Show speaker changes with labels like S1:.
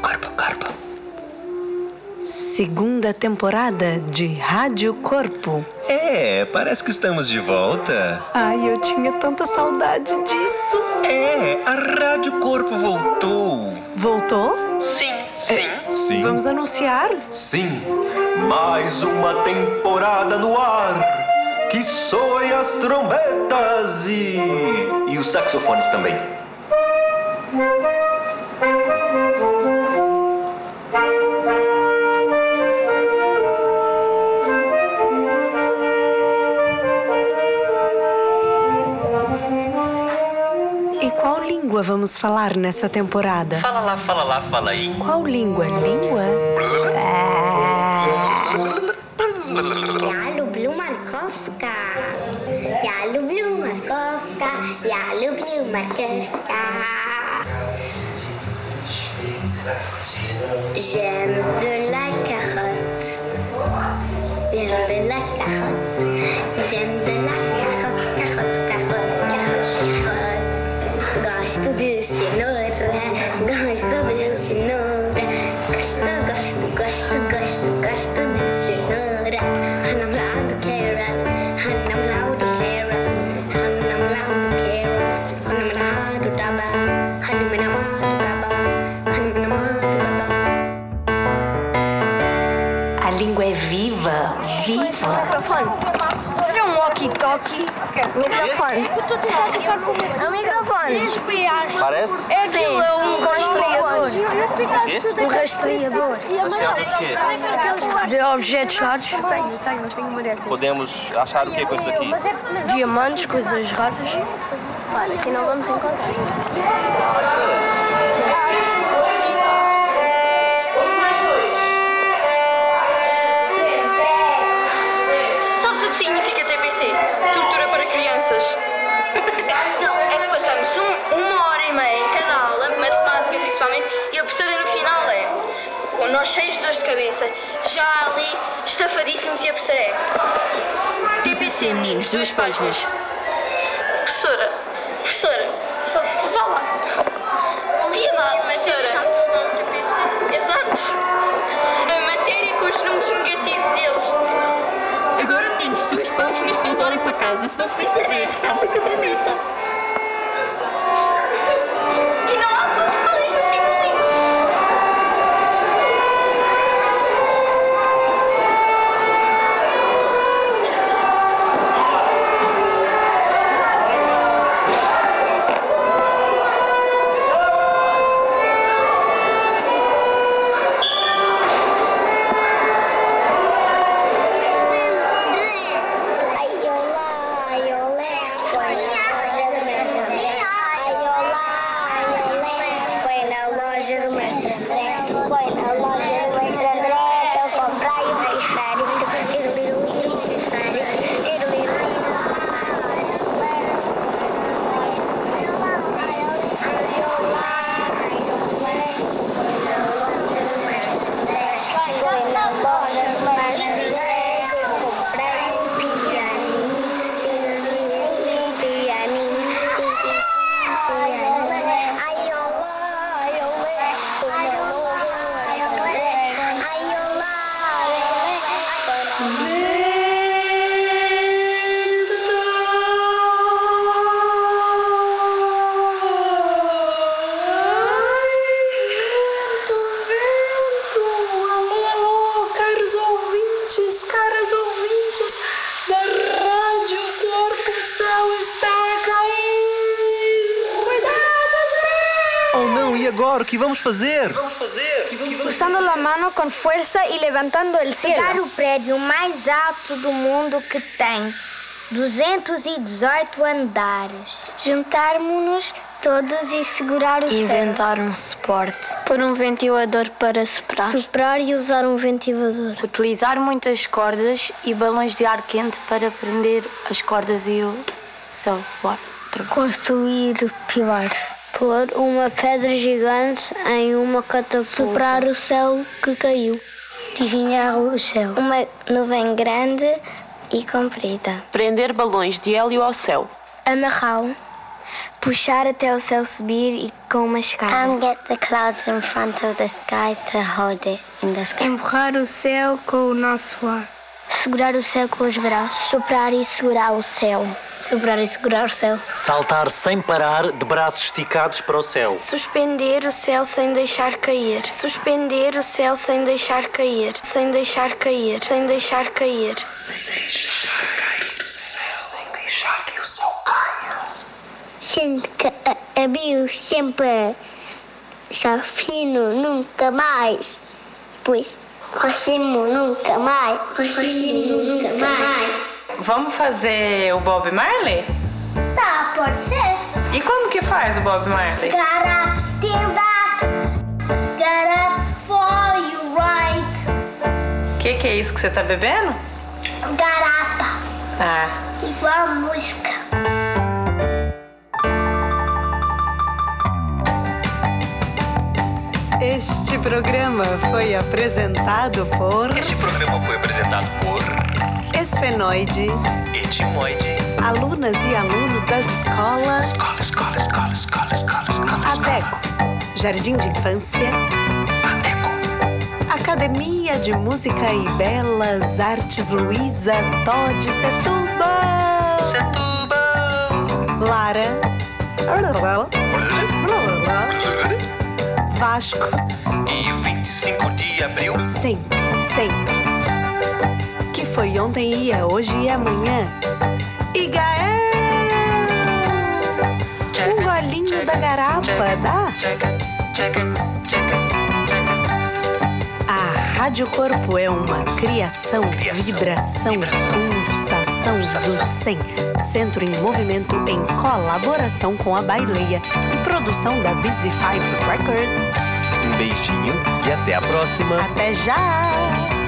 S1: Barba.
S2: Segunda temporada de Rádio Corpo.
S1: É, parece que estamos de volta.
S2: Ai, eu tinha tanta saudade disso.
S1: É, a Rádio Corpo voltou.
S2: Voltou?
S3: Sim, sim.
S1: Sim.
S2: Vamos anunciar?
S4: Sim, mais uma temporada no ar. Que soem as trombetas e. e os saxofones também.
S2: E qual língua vamos falar nessa temporada?
S3: Fala lá, fala lá, fala aí.
S2: Qual língua? Língua?
S5: Я люблю морковка. Я люблю морковка. Я люблю морковка. J'aime de la carotte. J'aime de la carotte. J'aime de la carotte, carotte, carotte, carotte, carotte. Gosto de cenoura. Gosto de cenoura. Gosto, gosto, gosto, gosto, gosto de cenoura. And I'm loud to carrot. And I'm loud to carrot. And I'm loud to carrot. And I'm loud to daba. And I'm loud to daba. And I'm loud to daba.
S2: A língua é viva, viva.
S6: Microfone. Isso é um walkie-talkie. Microfone. É um microfone.
S4: Parece?
S6: É aquilo, é um rastreador. Um rastreador.
S4: Serve o quê?
S6: De objetos raros,
S7: Tenho, tenho, tenho uma dessas.
S4: Podemos achar o que com isso aqui?
S6: diamantes,
S8: é?
S6: coisas raras.
S7: Olha, que não vamos encontrar.
S9: Sabes o que significa TPC? Tortura para crianças. Não, é que passamos um- uma hora e meia em cada aula, matemática principalmente, e a professora no final é, com nós cheios de dores de cabeça, já ali, estafadíssimos, e a professora é. TPC, meninos, duas páginas. Professora, professora, por favor, vá lá. Piedade, professora. Exato. A matéria com os números negativos e eles. Agora, meninos, duas páginas para levarem para casa. Se não fizerem, acaba a caderneta. E não há soluções no fim do livro.
S5: Aiolá, aiolé, foi na loja do mestre André. Aiolá, aiolé, foi na loja do mestre André. Foi na loja do mestre André que eu comprei um periférico. Tirubiru, periférico, tirubiru. Aiolá, aiolé, foi na loja do mestre André. Foi na loja do mestre André que eu comprei um pianinho. Pianinho, pianinho, pianinho.
S2: Alô, caros ouvintes, caras ouvintes da Rádio Corpo Céu está a cair.
S1: Oh não, e agora? O que vamos fazer?
S7: Usando la mano com força e levantando o
S5: Pegar
S7: cielo.
S5: o prédio mais alto do mundo que tem 218 andares. Juntarmos-nos todos e segurar o céu.
S7: Inventar um suporte.
S5: Pôr um ventilador para soprar. Soprar e usar um ventilador.
S8: Utilizar muitas cordas e balões de ar quente para prender as cordas e o céu fora.
S5: Construir pilares. Pôr uma pedra gigante em uma catapulta. Soprar o céu que caiu. Desenhar o céu. Uma nuvem grande e comprida.
S10: Prender balões de hélio ao céu.
S5: Amarrá-lo. puxar até o céu subir e com uma escada. And get the clouds in front of the sky to hold it in the sky.
S7: Empurrar o céu com o nosso ar.
S5: Segurar o céu com os braços. Soprar e segurar o céu. Soprar e segurar o céu.
S1: Saltar sem parar, de braços esticados para o céu.
S7: Suspender o céu sem deixar cair. Suspender o céu sem deixar cair. Sem deixar cair. Sem deixar cair.
S5: Sendo que a- abriu sempre já fino, nunca mais. Pois, próximo nunca mais. Próximo nunca mais.
S10: Vamos fazer o Bob Marley?
S5: Tá, pode ser.
S10: E como que faz o Bob Marley?
S5: Got up, stand up. Got up for you, right?
S10: O que, que é isso que você tá bebendo?
S5: Got up.
S10: Ah,
S5: Igual a música.
S2: Este programa foi apresentado por
S3: Este programa foi apresentado por
S2: Esfenoide,
S3: Etimoide.
S2: alunas e alunos das escolas
S3: Escola, escola, escola, escola, escola, escola.
S2: ADECO, Jardim de Infância,
S3: Ateco.
S2: Academia de Música e Belas Artes Luísa Todd Setúbal,
S3: Setúbal.
S2: Lara, Vasco,
S3: E 25 de abril.
S2: sempre, sempre. Que foi ontem e é hoje e é amanhã. E Gael! Um golinho da garapa, dá?
S3: Tchaca, tchaca, tchaca, tchaca.
S2: A Rádio Corpo é uma criação,
S3: Criação,
S2: vibração,
S3: vibração,
S2: pulsação do
S3: pulsação.
S2: 100. Centro em movimento em colaboração com a Baileia e produção da Busy Five Records.
S4: Um beijinho e até a próxima.
S2: Até já!